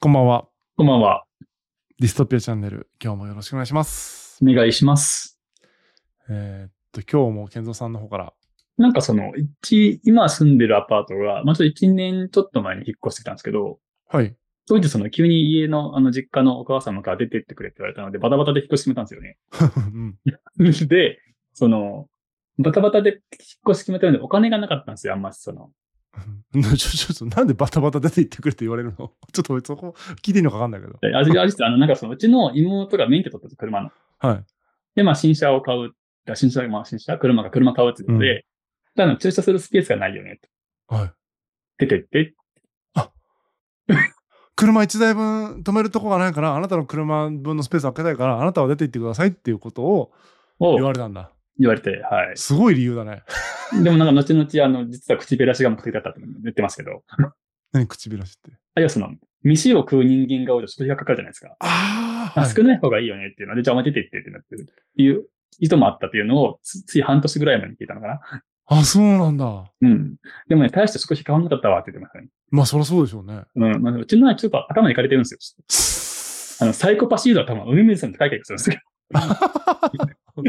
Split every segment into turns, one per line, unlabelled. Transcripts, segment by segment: こんばんは。
こんばんは。
ディストピアチャンネル、今日もよろしくお願いします。
お願いします。
えーっと、今日も健三さんの方から、
なんかその、一、今住んでるアパートが、まあ、ちょっと1年ちょっと前に引っ越してきたんですけど、
はい。
当時その急に家のあの実家のお母様から出てってくれって言われたので、バタバタで引っ越してみたんですよね。
うん
で、その、バタバタで引っ越し決めたのでお金がなかったんですよ、あんまその。
ちょ、ちょ、ちょ、なんでバタバタ出て行ってくれって言われるの ちょっとそこ聞いていいのかわかんないけど。
であじあ実はあの、なんかそのうちの妹が免許取ったんですよ車の。
はい。
で、まあ新車を買う。あ新車、まあ新車、車か車買うって言って、
う
ただ駐車するスペースがないよね。
はい。
出てって、
車1台分止めるとこがないから、あなたの車分のスペース開けたいから、あなたは出て行ってくださいっていうことを
を
言われたんだ。
言われて、はい。
すごい理由だね。
でもなんか後々、あの、実は口減らしが目的だったって言ってますけど、
何、唇しって。
あるいはその、飯を食う人間が多いと食費がかかるじゃないですか。
ああ、
あ少ない方がいいよねっていうので、じゃあお前出て行ってってなってるっていう意図もあったっていうのをつ、つい半年ぐらい前に聞いたのかな。
あ、そうなんだ。
うん。でもね、大して食費変わんなかったわって言ってましたね。
まあ、そりゃそうでしょうね。
うん。まあ、うちのはちょっと頭にいかれてるんですよ。あの、サイコパシードは多分、海水さんって書いてる人なんですけど。ちょ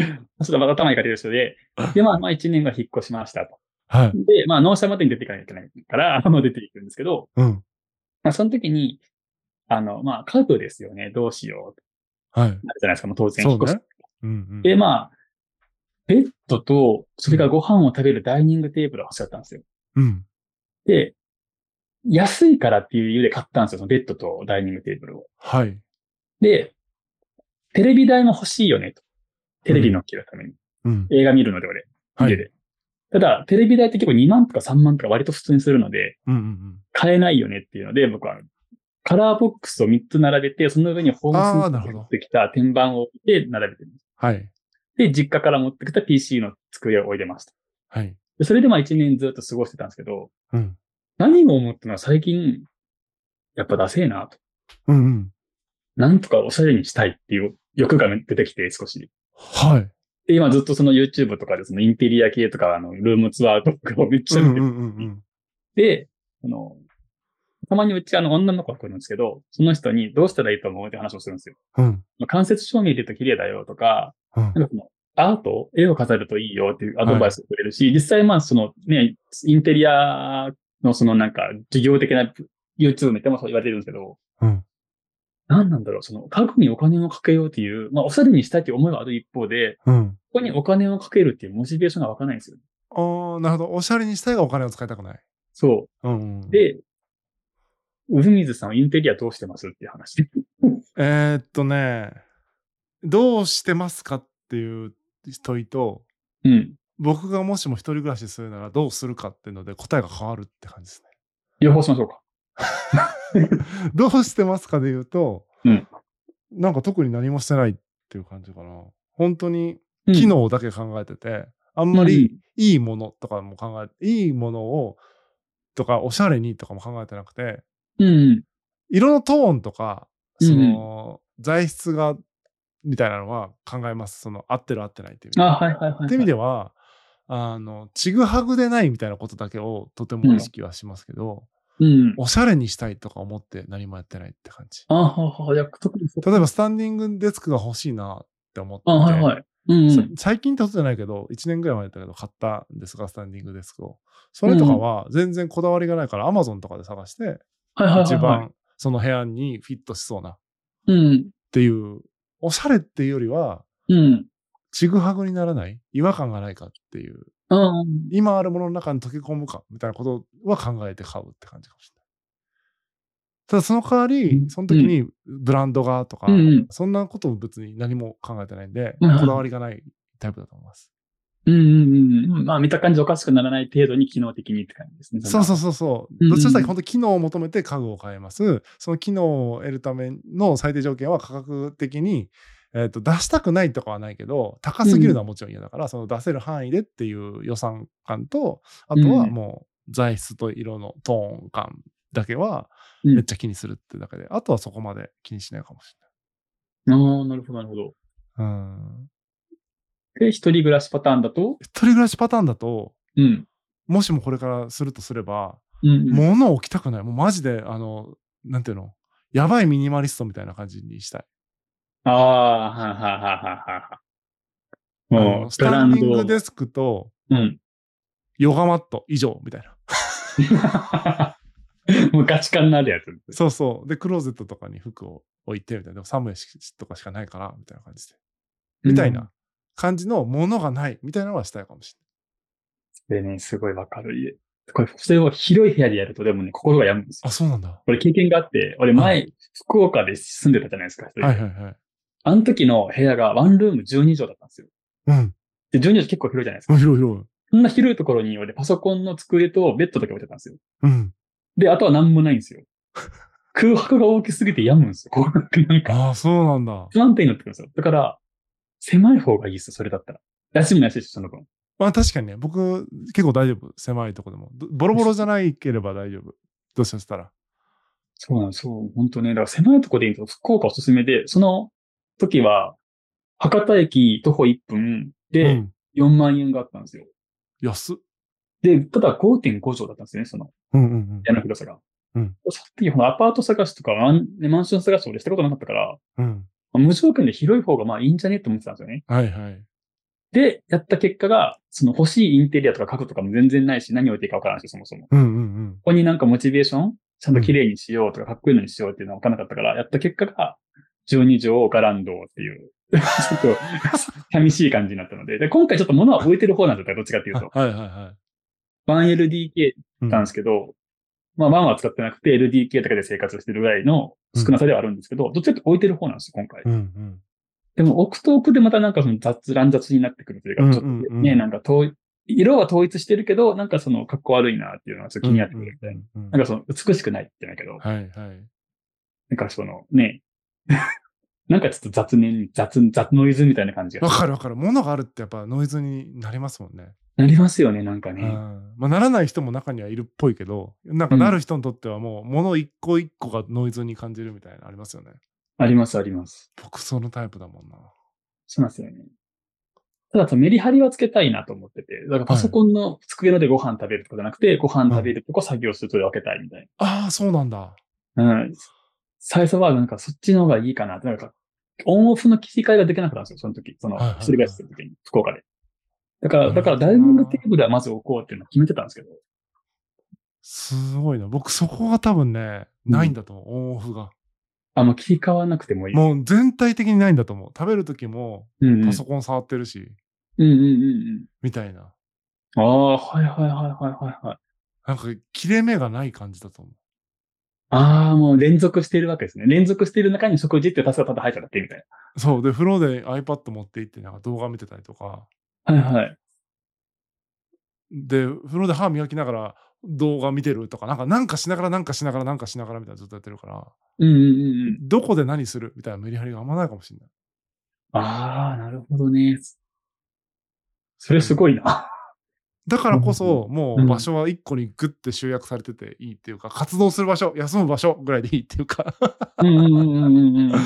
っとまた頭にいかれてる人で、で、まあ、まあ、1年が引っ越しましたと。
はい。
で、まあ、納車までに出ていかなきゃいけないから、あの出ていくんですけど、
うん。
まあ、その時に、あの、まあ、家具ですよね。どうしよう。
はい。
なるじゃないですか。もう当然
そ
引っ
う
越し
ね。うんうん、
で、まあ、ベッドと、それからご飯を食べるダイニングテーブルが欲しかったんですよ。
うん。
で、安いからっていう理由で買ったんですよ。そのベッドとダイニングテーブルを。
はい。
で、テレビ台も欲しいよね、と。テレビの切るために。
うん。
映画見るので、俺。
は
家
い。
で。ただ、テレビ台って結構2万とか3万とか割と普通にするので、
うんうん
買えないよねっていうので、僕は、カラーボックスを3つ並べて、その上にホーム
あー
セ
な
ンタ
るほ
ー
ど
持ってきた天板を置いて並べてるんです。
はい。
で、実家から持ってきた PC の机を置いてました。
はい。
でそれでまあ1年ずっと過ごしてたんですけど、
うん。
何を思ったのは最近、やっぱダセえなと。
うんうん。
なんとかおしゃれにしたいっていう欲が出てきて少し。
はい。
で、今ずっとその YouTube とかでそのインテリア系とか、あの、ルームツアーとかをめっち
うん
ゃ見
う
て
んうんうん。
で、あの、たまにうちあの女の子が来るんですけど、その人にどうしたらいいと思うって話をするんですよ。
うん。
まあ間接照明入れると綺麗だよとか、
うん。
なんかそのアート、絵を飾るといいよっていうアドバイスをくれるし、実際まあそのね、インテリアのそのなんか授業的な YouTube 見てもそう言われてるんですけど、
うん
何なんだろう、その家具にお金をかけようっていう、まあおしゃれにしたいっていう思いはある一方で、
うん。
ここにお金をかけるっていうモチベーションがわかんないんですよ。
あーなるほど。おしゃれにしたいがお金を使いたくない。
そ
うん、うん。
う。、で、海水さんはインテリアどうしてますっていう話。
えー、っとね、どうしてますかっていう問いと、
うん。
僕がもしも一人暮らしするならどうするかっていうので答えが変わるって感じですね。
両方しましょうか。
どうしてますかで言うと、
うん
なんか特に何もしてないっていう感じかな。本当に
うん
機能だけ考えてて、あんまりいいものとかも考えて、いいものをとかおしゃれにとかも考えてなくて、
うんうん。
色のトーンとか、
うん
その、材質が、みたいなのは考えます。その、合ってる合ってないっていう。
あ、はいはいはい、はい。
って意味では、あの、ちぐはぐでないみたいなことだけをとても意識はしますけど、
うん。
おしゃれにしたいとか思って何もやってないって感じ。
あ、はは、いや、特にそう。
例えばスタンディングデスクが欲しいなって思ってて
あ、はいはい。うん、う
さ
ん。
最近ってことじゃないけど1年ぐらい前だったけど買ったんですがスタンディングデスクをそれとかは全然こだわりがないから、Amazon とかで探して
はいはいはい、はい。
一番その部屋にフィットしそうなっ
うん。
ていうおしゃれっていうよりは
うん。
ちぐはぐにならない違和感がないかっていう
うん。
今あるものの中に溶け込むかみたいなことは考えて買うって感じかもしれないただその代わ
う
り
ん
その時にブランドがとか、
うんうん
そんなことも別に何も考えてないんで、
うんうん
こだわりがないタイプだと思います。
うんうんうん。まあ、見た感じおかしくならない程度に機能的にって感じですね。。
そうそううそうそう。
うん
どっちらかというと本当機能を求めて家具を買えます。その機能を得るための最低条件は価格的に、えー、と出したくないとかはないけど、高すぎるのはもちろん嫌だから、その出せる範囲でっていう予算感と、あとは
うん
もう材質と色のトーン感だけは
うん
めっちゃ気にするってだけで、あとはそこまで気にしないかもし
ああ、なるほど、なるほど。
れない。うん。
で、一人暮らしパターンだと、
一人暮らしパターンだと、
うん。
もしもこれからするとすれば、
うん。
物を置きたくない。もうマジで、あの、なんていうのやばいミニマリストみたいな感じにしたい。
ああ、はいはいはいはいはい。
あ
もう
の、ス
ブ
タ
ラ
ン
ン
ディン
ド
グ。デスクと
うん。
ヨガマット以上みたいな。
もうガチ感のあるやつ。
そうそう。で、クローゼットとかに服を置いてみたいな。でも寒いしとかしかないから、みたいな感じで。みたいな感じのものがないみたいなのはしたいかもし
うん。でね、すごいわかる。いえこれ、それを広い部屋でやると、でもね、心が病むんです
れない。
よ。
あ、そうなんだ。
これ経験があって、俺前、
は
福岡で住んでたじゃないですか。一人で
はいはいはい。
あの時の部屋がワンルーム12畳だったんですよ。
うん。
で、12畳結構広いじゃないですか。
面白い広い。
そんな広いところに俺パソコンの机とベッドだけ置いてたんですよ。
うん。
で、あとは何もないんですよ。 空白が大きすぎて病むんですよ。こうなんか
ああ、そうなんだ。
不安定になってくるんですよ。だから、狭い方がいいですよ、それだったら。休みないし、その分。
まあ確かにね、僕結構大丈夫。狭いとこでも。どボロボロじゃないければ大丈夫。どうしたしたら。
そうなんです、そう、本当ね。だから狭いとこでいいんですよ。福岡おすすめで、その時は、博多駅徒歩1分
う
で
ん。
4万円があったんですよ。
安っ。
で、ただ5.5畳だったんですよね、その
うんうんうん。
部屋の広さが。
うん。
さっき、このアパート探しとかマン、ねマンション探しとか俺したことなかったから、
うん。
まあ無条件で広い方がまあいいんじゃねって思ってたんですよね。
はいはい。
で、やった結果が、その欲しいインテリアとか家具とかも全然ないし、何置いていいかわからないし、そもそも。こ
うんうん
こになんかモチベーションちゃんと綺麗にしようとか、かっこいいのにしようっていうのはわからなかったから、やった結果が、12畳ガランドっていう、 ちょっと、寂しい感じになったので。で、今回ちょっと物は置いてる方なんだったどっちかってい
う
う
ん。
と。
あはいはいはい。
1LDK
うん
なんですけど、まあ、ワンは使ってなくて LDK だけで生活してるぐらいの少なさではあるんですけど、どっちかっていうと置いてる方なんですよ、今回
う。んうん。
でも置くと置くでまたなんかその雑乱雑になってくるというか、
うん
ちょっとね、
うんうん
なんか統一色は統一してるけど、なんかその格好悪いなっていうのはちょっと気になってくるみたいな。
うんうん
なんかその美しくないってないけど、
はいはい。
なんかそのね、 なんかちょっと雑念、雑、雑ノイズみたいな感じが
わ かるわかる。物があるってやっぱノイズになりますもんね。
なりますよね、なんか
う
ね。
ん。まあならない人も中にはいるっぽいけど、なんかなる人にとってはもう物一個一個がノイズに感じるみたいなのありますよね。
あります、あります。
僕そのタイプだもんな。
そうなんですよね。ただ、そのメリハリはつけたいなと思ってて、だからパソコンの机の上でご飯食べるとかじゃなくて、ご飯食べるとこ作業するとで分けたいみたい
ああ、そうなんだ。
な。うん。最初はなんかそっちの方がいいかなって、なんかオンオフの切り替えができなかったんですよ、その時。その
はいはいは、い
一人暮らしする時に、福岡で。だから、だから
な
ダイ
る
ニ
ほど
ン
な
グテーブルはまず置こうっていうのを決めてたんですけど、
すごいな。僕そこが多分ね、ないんだと思う。オンオフが。
あ、もう切り替わなくてもいい。
もう全体的にないんだと思う。食べる時も
うんうん。うん
パソコン触ってるし、
うんうん
みたいな。
うん。ああ、はいはいはいはいはいはい。
なんか切れ目がない感じだと思う。
ああ、もう連続してるわけですね。連続してる中に食事っていうタスクがただ入っただけみたい
そう。で、風呂で iPad 持って行って、なんか動画見てたりとか。
な。はいはい。
で、風呂で歯磨きながら動画見てるとか、なんか、なんかしながら、なんかしながら、なんかしながらみたいなずっとやってるから、
うんうんうんうん。
どこで何するみたいなメリハリがあんまないかもしれない。
ああ、なるほどね。それすごいな。
だからこそ、も
うん
う場所は一個にグッて集約されてていいっていうか、活動する場所、休む場所ぐらいでいいっていうか。
うんうんうんうん うんうん。あ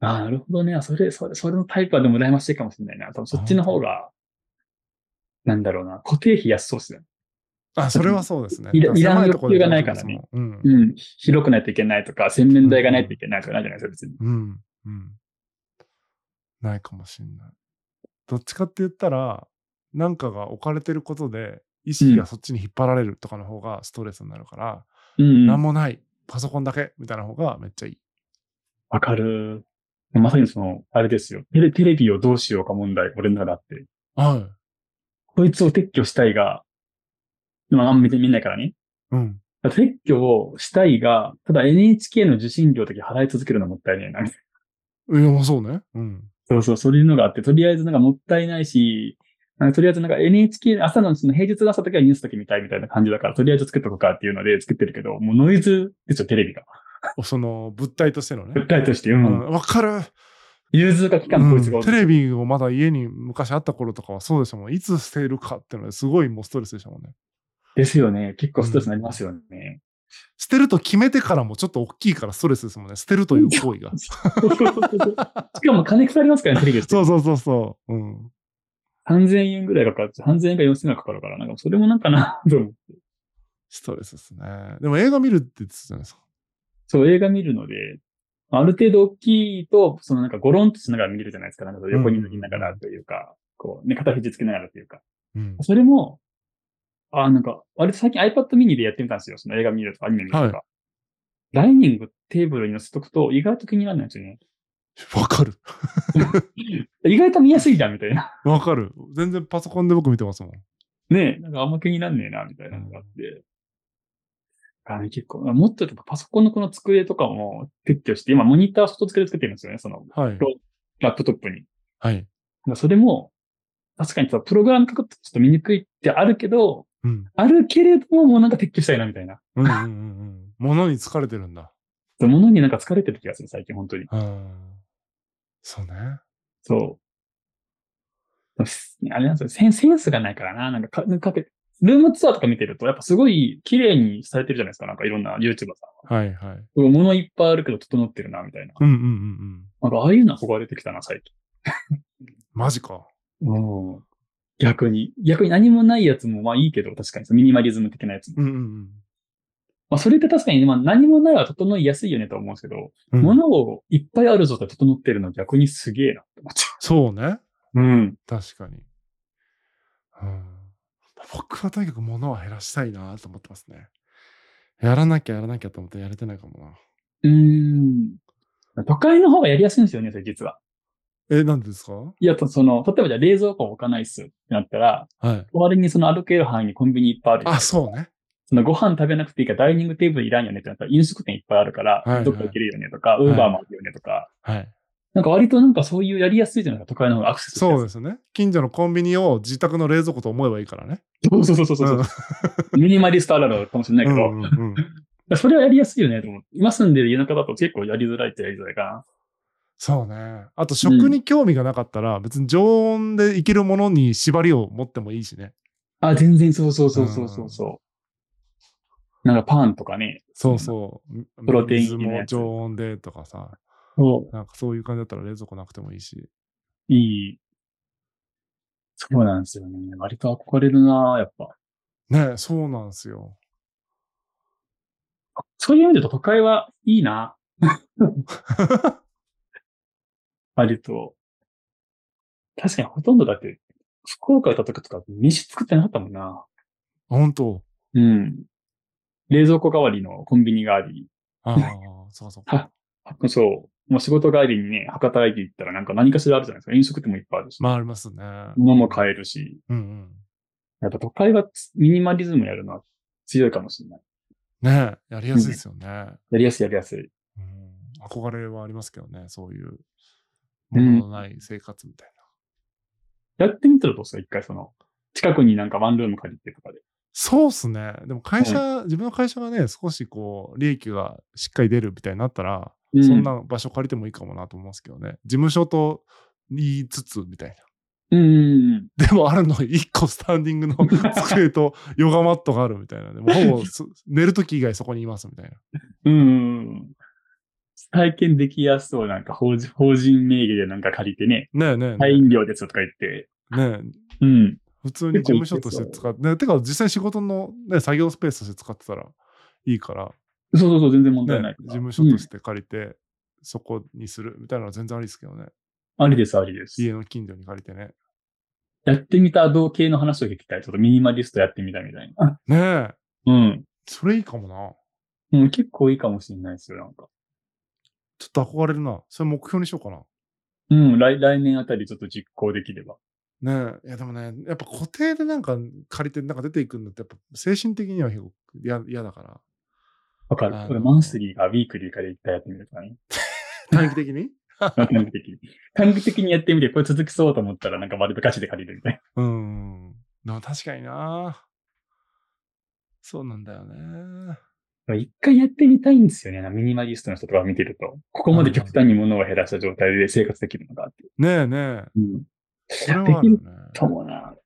あ、なるほどね。あそれ、それ、それのタイプはでも羨ましいかもしれないな。多分そっちの方が、なんだろうな。固定費安そうっすね。
あ、それはそうですね。
いらいらん
狭で
欲求がないからね
そもそもうん。
うん。広くないといけないとか、洗面台がないといけないとかないじゃないですか、別に。
うん。うん。ないかもしれない。どっちかって言ったら、なんかが置かれてることで、意識がそっちに引っ張られるとかの方がストレスになるから、
うん、う
なん
ん。
もない、パソコンだけみたいな方がめっちゃいい。
わかる。まさにその、あれですよ。テレテレビをどうしようか問題、俺の中であって。
は
こいつを撤去したいが、まあ、あんま見ないからね。
い。うん。
撤去をしたいが、ただ NHK の受信料だけ払い続けるのはもったいないな。みたいない
や、まあそうね。うん。
そうそう、そういうのがあって、とりあえずなんかもったいないし、なんかとりあえずなんか NHK、朝のその平日の朝だけはニュースだけ見たいみたいな感じだから、とりあえず作っとくかっていうので作ってるけど、もうノイズですよ、テレビが。
その物体としてのね
絶。対として、う。
うんんわかる、
融通が期
う
間
ん
こいつが多い
テレビをまだ家に昔あった頃とかはそうでしたもん。いつ捨てるかっていうのですごいもうストレスでしたもんね。
ですよね。結構ストレスになりますよね。
捨てると決めてからもちょっと大きいからストレスですもんね。捨てるという行為が。
そうそうそうそうしかも金腐りますからね、テレビって
そうそうそうそう。うん。
3000円ぐらいかかって、3000円か4000円がかかるから、なんかそれもなんかな、と思う
ストレスですね。でも映画見るって言ってたじゃないですか。
そう、映画見るので、ある程度大きいと、そのなんかゴロンとしながら見れるじゃないですか。なんか横に脱ぎながらというか、こう、ね、片肘つけながらというか。
うん
それも、あなんか、あれ最近 iPad mini でやってみたんですよ。その映画見るとかアニメ見るとか。
は
ダイニングテーブルに乗せとくと意外と気にならないんですよね。
わかる。
意外と見やすいじゃんみたいな。
わかる。全然パソコンで僕見てますもん。
ねえ、なんかあんま気になんねえな、みたいなのがあって。あね、結構、もっと言うとパソコンのこの机とかも撤去して、今モニター外付けで作ってるんですよね。その、
はい。
ラップトップに。
はい。
まあそれも、確かにそのプログラム書くとちょっと見にくいってあるけど、
うん。
あるけれども、もうなんか撤去したいなみたいな。
うんうんうんうん。物に疲れてるんだ。
そう物になんか疲れてる気がする、最近、本当に。
うん。そうね。
そう。あれなんですよ、センセンスがないからな。なんかか、かけ、ルームツアーとか見てると、やっぱすごい綺麗にされてるじゃないですか。なんかいろんな YouTuber さんは。
はいはい。
うわ物いっぱいあるけど整ってるな、みたいな。
うんうんうんうん。
なんかああいうの憧れてきたな、最近。
マジか。
うん。逆に。逆に何もないやつもまあいいけど、確かにそのミニマリズム的なやつも。
うんうん
まあそれって確かに、まあ何もないは整いやすいよねとは思うんですけど、
うん。うん、
物をいっぱいあるぞって整ってるの逆にすげえなって思っちゃ
そうね。
う。うん。
確かに。うん、僕はとにかく物は減らしたいなと思ってますね。やらなきゃやらなきゃと思ってやれてないかもな。
うーん。都会の方がやりやすいんですよね、それ実は。
え、なんでですかはい
や、とその、例えばじゃあ冷蔵庫置かないっすってなったら、
い。
代わりにその歩ける範囲にコンビニいっぱいある。
あ、そうね。
そのご飯食べなくていいからダイニングテーブルいらんよねってなったら飲食店いっぱいあるから、
はいはい
どっか行けるよねとか、ウ
い
ーバーもあるよねとか、
はい。
なんか割となんかそういうやりやすいじゃないですか、都会の方がアクセスし
そう
や
ですね。近所のコンビニを自宅の冷蔵庫と思えばいいからね。
す い。そうそうそうそうそう。ミニマリストあるあるかもしれないけ
う
ど、
んうんうん
それはやりやすいよねと思って。今住んでる田舎だと結構やりづらいってやりづらいか
そうね。あと食に興味がなかったら、別に常温でいけるものに縛りを持ってもいいしね。
な。あ、全然そうそうそうそうそうそう。なんかパンとかね。
そうそう。
プロテイン
水
入りの
も
やつ
常温でとかさ。
そ
なんかそういう感じだったら冷蔵庫なくてもいいし。
う。いい。そうなんですよね。割と憧れるなやっぱ。
ねそうなんですよ。
そういう意味で言うと都会はいい な。割と。確かにほとんどだって、福岡行った時とか飯作ってなかったもんな。
本当
うん。冷蔵庫代わりのコンビニがあり、
ああ、そうかそう か。
そう、もう仕事帰りにね、博多駅行ったらなんか何かしらあるじゃないですか。飲食店もいっぱいあるし、
まあありますね。
物も買えるし、
うん
やっぱ都会はミニマリズムやるのは強いかもしれない。
うん。ねやりやすいですよね。
やりやすいやりやすい。
うん、憧れはありますけどね、そういう。
う
も
ん
ののない生活みたいな。
やってみたらどうですか一回その、近くになんかワンルーム借りてとかで。
そうっすね。でも会社、自分の会社がね、少しこう、利益がしっかり出るみたいになったら、
うん
そんな場所借りてもいいかもなと思うんですけどね。事務所と言いつつみたい
うんうんうん。
な。でもあるの、一個スタンディングの 机とヨガマットがあるみたいな。でもほぼ す寝るとき以外そこにいますみたいな。
うんうんうん。体験できやすそう、なんか法人法人名義でなんか借りてね、
ねえねえねえ。
会員料ですよとか言って。
ねえ
うん。
普通に事務所として使って、ね、てか実際仕事の、ね、作業スペースとして使ってたらいいか
そうそうそう、全然問
ら、
題な
ね
い、か
事
ら。、
務所としてて借りて、そこにするみたいなのは全然ありですけどね。
ありです、ありです。
家の近所に借りてね。
やってみた同系の話を聞きたい。ちょっとミニマリストやってみたみたいな。
ねえ、
うん。
それいいかもな。
うん、結構いいかもしれないですよ、なんか。
ちょっと憧れるな。それ目標にしようか
うん、来来年あたりちょっと実行できれば。
な。ねえ、いやでもね、やっぱ固定でなんか借りてなんか出ていくんだって、やっぱ精神的には結構嫌嫌だ から。
わかる
あ。の
これマンスリーかウィークリーかで一回やってみるとか ね。
短期 的に
短期的に。短期的にやってみて、これ続きそうと思ったら、なんかまるでガチで借りるみたいな。
うん。でも確かにな。そうなんだよね。
まあ一回やってみたいんですよね。ミニマリストの人とか見てると。 ここまで極端に物を減らした状態で生活できるのかっていう。
ねえね
うん。
え、それはあ るよね。
ともな。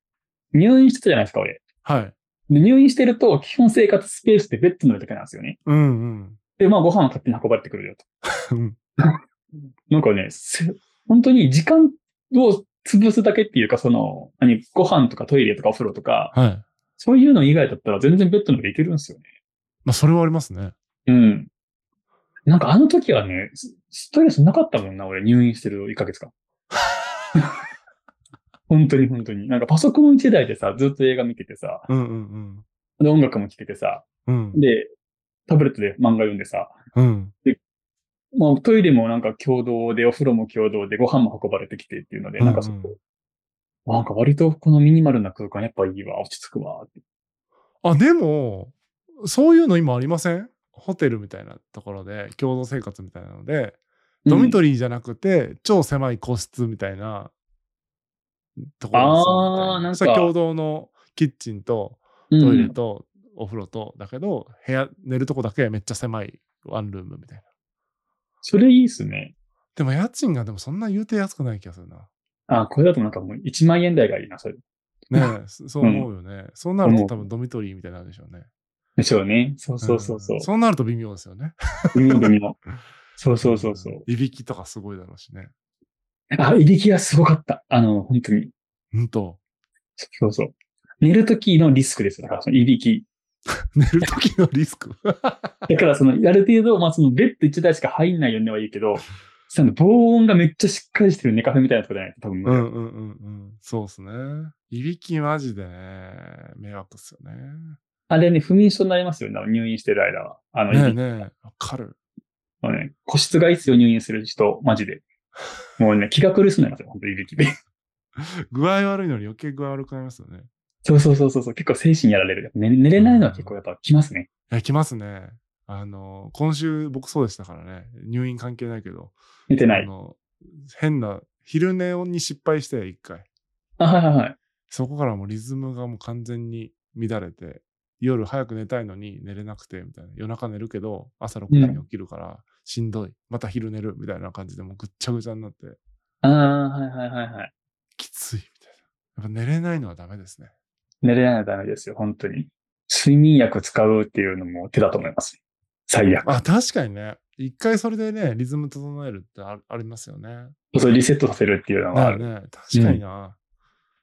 入院してたじゃないですか、俺。
はい。
で入院してると、基本生活スペースってベッドの上とかなんですよね。
うん
で、まあご飯は勝手に運ばれてくるよと。
うん。
なんかね、せ本当に時間を潰すだけっていうか、その、何、ご飯とかトイレとかお風呂とか、
はい。
そういうの以外だったら全然ベッドの上行けるんですよね。
まあ、それはありますね。
うん。なんかあの時はね、スストレスなかったもんな、俺入院してる1ヶ 月間。本当に本当に。なんかパソコン一台でさ、ずっと映画見ててさ、
うんうん
で音楽も聴けてさ、
うん。うん。
で、タブレットで漫画読んでさ、
うん。
まあトイレもなんか共同で、お風呂も共同で、ご飯も運ばれてきてっていうので、なんかそ
うん
こ、なんか割とこのミニマルな空間やっぱいいわ、落ち着くわって。
あ、でも、そういうの今ありませんホテルみたいなところで、共同生活みたいなので、ドミト
リ
リーじゃなくて、超狭い個室みたいなところ
あーなんか
それ共同のキッチンと
ー
トイレとお風呂と、だけど、部屋、寝るとこだけめっちゃ狭いワンルームみたいな。
それいいっすね。
でも家賃がでもそんな言うて安くない気がするな。
あ、これだとなんかもう1万円台がいいな、それ。
ねえ、 そそう思うよね。そうなると多分ドミトリーみたいになるでしょうね。
でしょうね。そうそうそうそう。
んそうなると微妙ですよね。
微妙微妙 そうそうそうそう。
んいびきとかすごいだろうしね。
あ、いびきがすごかった。あの、本当に。
うんと、
そうそう。寝るときのリスクです。だから、そのいびき。
寝る時のリスク。
だから、その、ある程度、まあ、その、ベッド一台しか入んないようにはいいけど、その、防音がめっちゃしっかりしてる寝カフェみたいなとこじゃないと多分 無
う
理、
んうんうんうん。そうですね。いびきマジでね、迷惑っすよね。
あれね、不眠症になりますよね、入院してる間は。あの、い
ねえ
びき
ねえ、わかる。
のね、個室がいいっすよ、入院する人、マジで。もうね、気が苦しくなりますよ、本当いびきで。
具合悪いのに余計具合悪くなりますよね。
そうそうそうそうそう、結構精神やられる。寝寝れないのは結構やっぱ来ますね。
いや、来ますね。あの、今週僕そうでしたからね。入院関係ないけど。
寝てな
あ
い。
の変な、昼寝に失敗して、一回。
あ、はいはいはい。
そこからもうリズムがもう完全に乱れて、夜早く寝たいのに寝れなくて、みたいな。夜中寝るけど、朝6時に起きるから、しんどい。また昼寝る、みたいな感じで、もうぐっちゃぐちゃになって、
ああ、はいはいはいはい。
きつい、みたいな。やっぱ寝れないのはダメですね。
寝れないのはダメですよ、本当に。睡眠薬使うっていうのも手だと思います。最悪。
あ、確かにね。一回それでね、リズム整えるってあありますよね。
そうリセットさせるっていうのはあ
な
る。
るね。確かにな。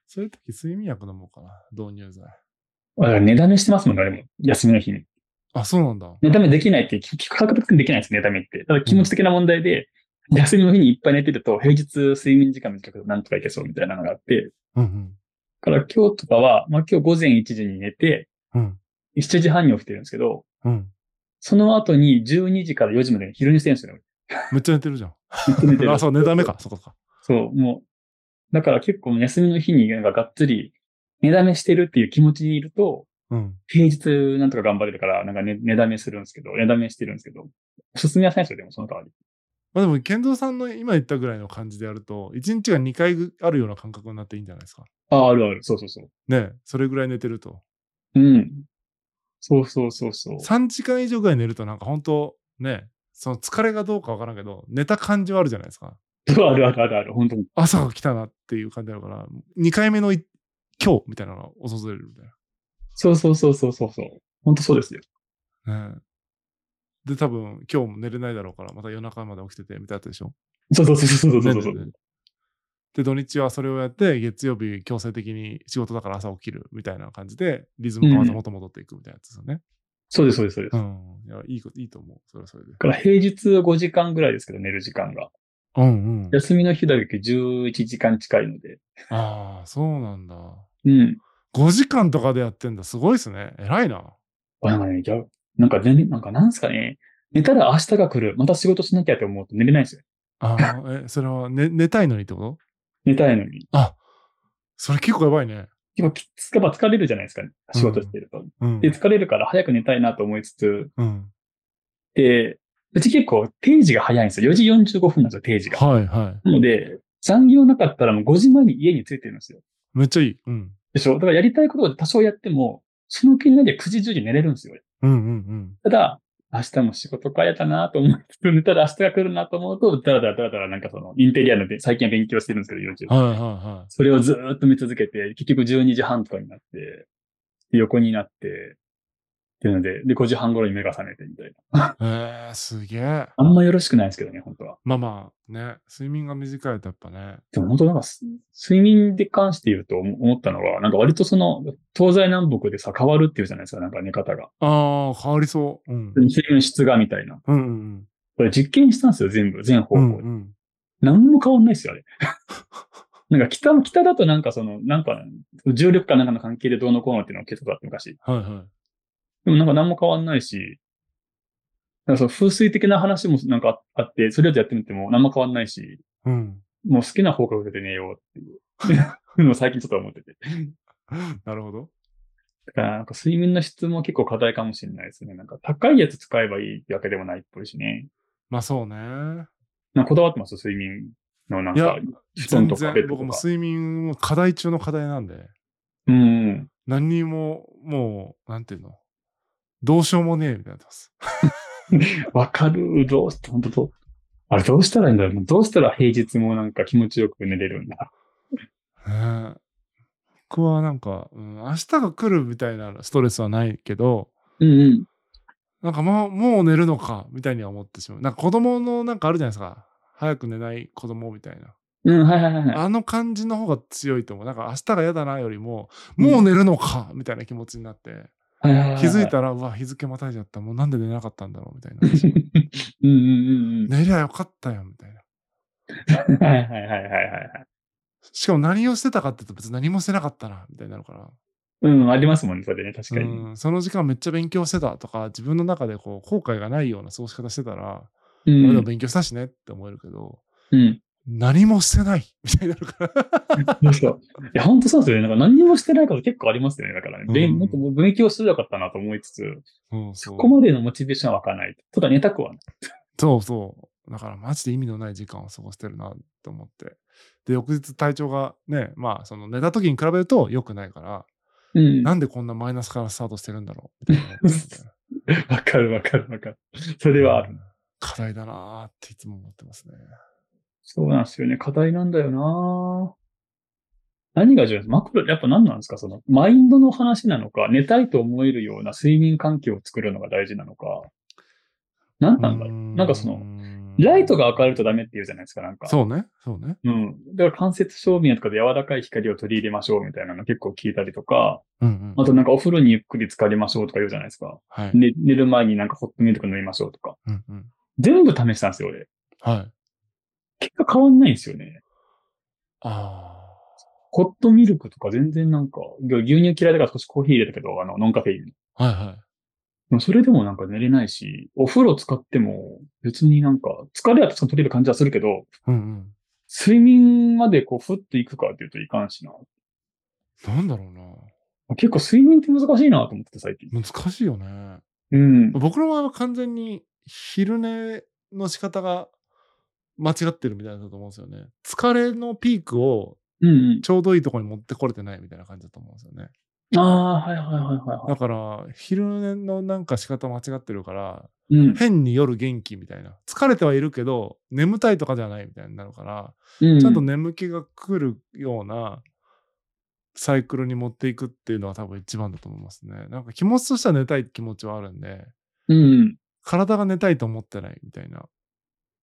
そういう時、睡眠薬飲もうかな。導入剤。
だから寝だめしてますもんね、俺も。休みの日に。
あ、そうなんだ。
寝だめできないって、き科学的にできないんです、寝だめって。ただ気持ち的な問題で、休みの日にいっぱい寝てると、平日睡眠時間短くてなんとかいけそうみたいなのがあって、
うん
だから今日とかは、まあ今日午前1時に寝て、
うん。うん。
7時半に起きてるんですけど、
うん。
その後に12時から4時まで昼寝してるんですよね。
めっちゃ寝てるじゃん。
俺ずっと寝てる
あ、そう、寝だめか。そこか。
そう、もう、だから結構休みの日になんかがっつり、寝だめしてるっていう気持ちにいると、
うん。
平日なんとか頑張れるから、なんか寝寝だめするんですけど、寝だめしてるんですけど、おすすめはしないですよ、でもその代わり。
まあでも、健三さんの今言ったぐらいの感じでやると、1日が2回ぐあるような感覚になっていいんじゃないですか。
ああ、あるある、そうそうそう。
ねえそれぐらい寝てると。
うん。そうそうそうそう。
3時間以上ぐらい寝ると、なんか本当ねえその疲れがどうかわからんけど、寝た感じはあるじゃないですか。
そうあるあるあるある、本当に。
朝が来たなっていう感じだから、2回目のい今日みたいなのが訪れるみたい
そうそうそうそうそうそう。本当そうですよ。
な。ねえで、多分、今日も寝れないだろうから、また夜中まで起きててみたいなやつでしょ。
そうそうそうそうそうそうそう。
ねねねで、土日はそれをやって、月曜日強制的に仕事だから朝起きるみたいな感じで、リズムがまた元戻っていくみたいなやつですよね。
そうです、そうです、そうです。
う
だ
ん。いや、いいこと、いいと思う。それはそれで。
から平日5時間ぐらいですけど、寝る時間が。
うんうん。
休みの日だけ11時間近いので。
ああ、そうなんだ。
うん。
5時間とかでやってんだ。すごいですね。偉いな。
あなんかね、逆なんか全然、なんかなんすかね、寝たら明日が来る、また仕事しなきゃって思うと寝れないんですよ。
ああ、 え、それは、ね、寝たいのにってこと
寝たいのに。
あ、それ結構やばいね。
結構きつやっぱ疲れるじゃないですか、仕事してると。
うん
で、。疲れるから早く寝たいなと思いつつ、
うん。
で、うち結構定時が早いんですよ。4時45分なんですよ、定時が。
はいは
なので、残業なかったらもう5時前に家に着いてるんですよ。
い。めっちゃいい。うん。
でしょだからやりたいことを多少やっても、その気になって9時10時寝れるんですよ。
うんうん
ただ、明日も仕事かやだなと思いつつ、寝たら明日が来るなと思うと、だらだらだらだらなんかその、インテリアので最近は勉強してるんですけど、4時
うん。はいはいは
それをずーっと見続けて、結局12時半とかになって、横になって、っていうので、で、5時半頃に目が覚めてみたいな。
い。えー、すげえ。
あんまよろしくないですけどね、本当は。
まあまあ、ね。睡眠が短いとやっぱね。
でも本当なんかす、睡眠で関して言うと思思ったのは、なんか割とその、東西南北でさ、変わるっていうじゃないですか、なんか寝方が。
ああ、変わりそう。うん。
睡眠の質がみたいな。
うんうん
これ実験したんですよ、全部、全方
う
向。
んうん。
何も変わんないですよ、あれ。 なんか北、北だとなんかその、なんか、重力かなんかの関係でどうのこうのっていうのを結構あって昔。
はいは
でもなんか何も変わんないし、なんかその風水的な話もなんかああって、それだとやってみても何も変わんないし、
い。うん。
もう好きな方角で寝ようっていう。の を最近ちょっと思ってて。
なるほど。
だからなんか睡眠の質も結構課題かもしれないですね。なんか高いやつ使えばいいってわけでもないっぽいしね。
まあそうね。
なんかこだわってます睡眠のなん
いや
か、布
全
団とかベ
然
ッド
僕
と
も
か。
睡眠も課題中の課題なんで、
うんうん。
何にももう、なんていうの、どうしようもねえみたいになってます。
わかる。どうし、本当どう、あれどうしたらいいんだろう。どうしたら平日もなんか気持ちよく寝れるんだ。
ねえ僕はなんか、うん、明日が来るみたいなストレスはないけど、
うんうん。
なんかもうもう寝るのかみたいには思ってしまう。なんか子供のなんかあるじゃないですか。早く寝ない子供みたいな。
うん、はいはいはいはい。
あの感じの方が強いと思う。なんか明日が嫌だなよりも、もう寝るのかみたいな気持ちになって、
はいはいはい
気づい。たら、うわ、日付またいじゃった。もうなんで寝なかったんだろうみたいな。
うんうんうん
寝りゃよかったよみたいな。
うん。はいはいはいはいはいはい。
しかも何をしてたかって言うと別に何もしてなかったなみたいになるから。
うん、ありますもんね、それね、確かに。
うん、その時間めっちゃ勉強してたとか自分の中でこう後悔がないような過ごし方してたら、
う
俺
ん
も。勉強したしねって思えるけど
うん。
何もしてないみたいになるから
そうそういや、本当そうですよね。なんか何にもしてないこと結構ありますよね。だからね。で、
うん
もっともう勉強すればよかったなと思いつつ、
そう
そ
そう
こまでのモチベーションは湧かない。ただ寝たくはない。
そうそうだからマジで意味のない時間を過ごしてるなって思ってで翌日体調がねまあその寝た時に比べると良くないから、
うん。
なんでこんなマイナスからスタートしてるんだろうみたいな
わかるわかるわかる。それはある。
課題だなーっていつも思ってますね
そうなんですよね。課題なんだよな何が重要ですマクロ、やっぱ何なんですかその、マインドの話なのか、寝たいと思えるような睡眠環境を作るのが大事なのか、何なんだろうなんかその、ライトが明るいとダメって言うじゃないですか、なんか。
そうねそうね
うん。だから間接照明とかで柔らかい光を取り入れましょうみたいなの結構聞いたりとか、
うんうん
あとなんかお風呂にゆっくり浸かりましょうとか言うじゃないですか。
はい、
で寝る前になんかホットミルク飲みましょうとか。
うんうん
全部試したんですよ、俺。
はい
結果変わんないんですよね。
あ
ホットミルクとか全然なんか、牛乳嫌いだから少しコーヒー入れたけど、あの、ノンカフェイン。で
あ。はいはい。
もそれでもなんか寝れないし、お風呂使っても別になんか、疲れは確かに取れる感じはするけど、
うん
睡眠までこう、ふっていくかっていうといかんしな。
うん。なんだろう
結構睡眠って難しいなと思ってて最近。
な。難しいよね。
うん。
僕の場合は完全に昼寝の仕方が間違ってるみたいだと思うんですよね。疲れのピークを
うんうん。
ちょうどいいところに持ってこれてないみたいな感じだと思うんですよね。
ああ、はいはいはいはいは
だから、昼寝のなんか仕方間違ってるから、
い。うん。
変に夜元気みたいな。疲れてはいるけど、眠たいとかじゃないみたいになるから、
う
ちゃんと眠気が来るようなサイクルに持っていくっていうのが多分一番だと思いますね。なんか気持ちとしては寝たい気持ちはあるんで、
うんうん。
体が寝たいと思ってないみたいな。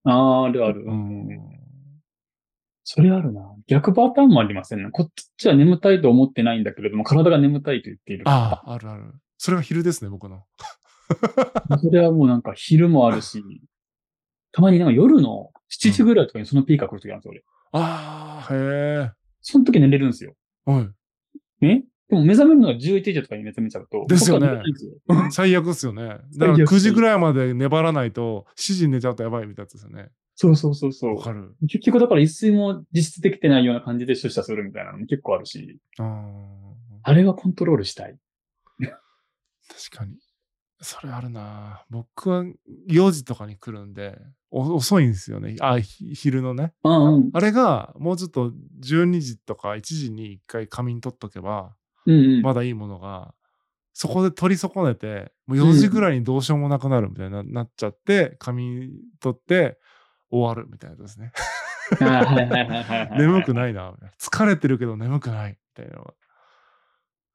ああ、あるある。
うん。
それあるな。逆パターンもありませんね。こっちは眠たいと思ってないんだけれども、体が眠たいと言っている。
ああ、あるある。それが昼ですね、僕の。
それはもうなんか昼もあるし、たまになんか夜の7時ぐらいとかにそのピークが来るときあるんですよ、俺。
ああ、へえ。
その時寝れるんですよ。
はい。
ねでも目覚めるのが11時とかに目覚めちゃうと。
ですよね
僕は寝れないんですよ
最悪っすよね。だから
最悪
9時ぐらいまで粘らないと、7時に寝ちゃうとやばいみたいなやつですよね。
そうそうそうそ
わかる。
う。結局だから一睡も実質できてないような感じで出社するみたいなのも結構あるし、
ああ、
あれはコントロールしたい。
確かに。それあるな。僕は4時とかに来るんで、お遅いんですよね。あ、ひ昼のね。
うんうん。
あれがもうちょっと12時とか1時に一回仮眠取っとけば
うんうん。
まだいいものがそこで取り損ねてもう4時ぐらいにどうしようもなくなるみたいにななっちゃって仮眠取って終わるみたいなことですね
はいはいはいはいはい はい。
眠くないなみたいな疲れてるけど眠くないみたいなのが、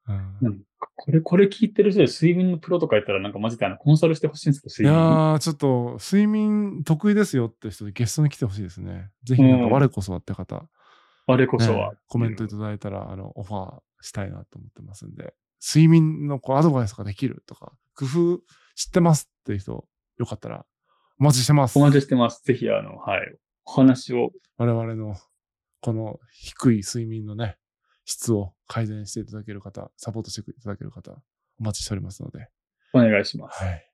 うん
なんかこれ、これ聞いてる人で睡眠のプロとか言ったらなんかマジであのコンサルしてほしいんですけ
い
ど、
や
睡眠。
ーちょっと睡眠得意ですよって人でゲストに来てほしいですねぜひなんか
うん
我こそはって方、
あれこそは。
ねコメントいただいたら、あの、オファーしたいなと思ってますんで、睡眠のこうアドバイスができるとか、工夫知ってますっていう人、よかったら、お待ちしてます。
お待ちしてます。ぜひ、あの、はい。お話を、
我々のこの低い睡眠のね、質を改善していただける方、サポートしていただける方、お待ちしておりますので。
お願いします。
はい。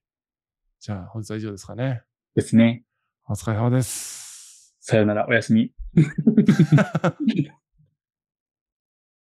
じゃあ本日は以上ですかね。
ですね。
お疲れ様です。
さよなら、おやすみ。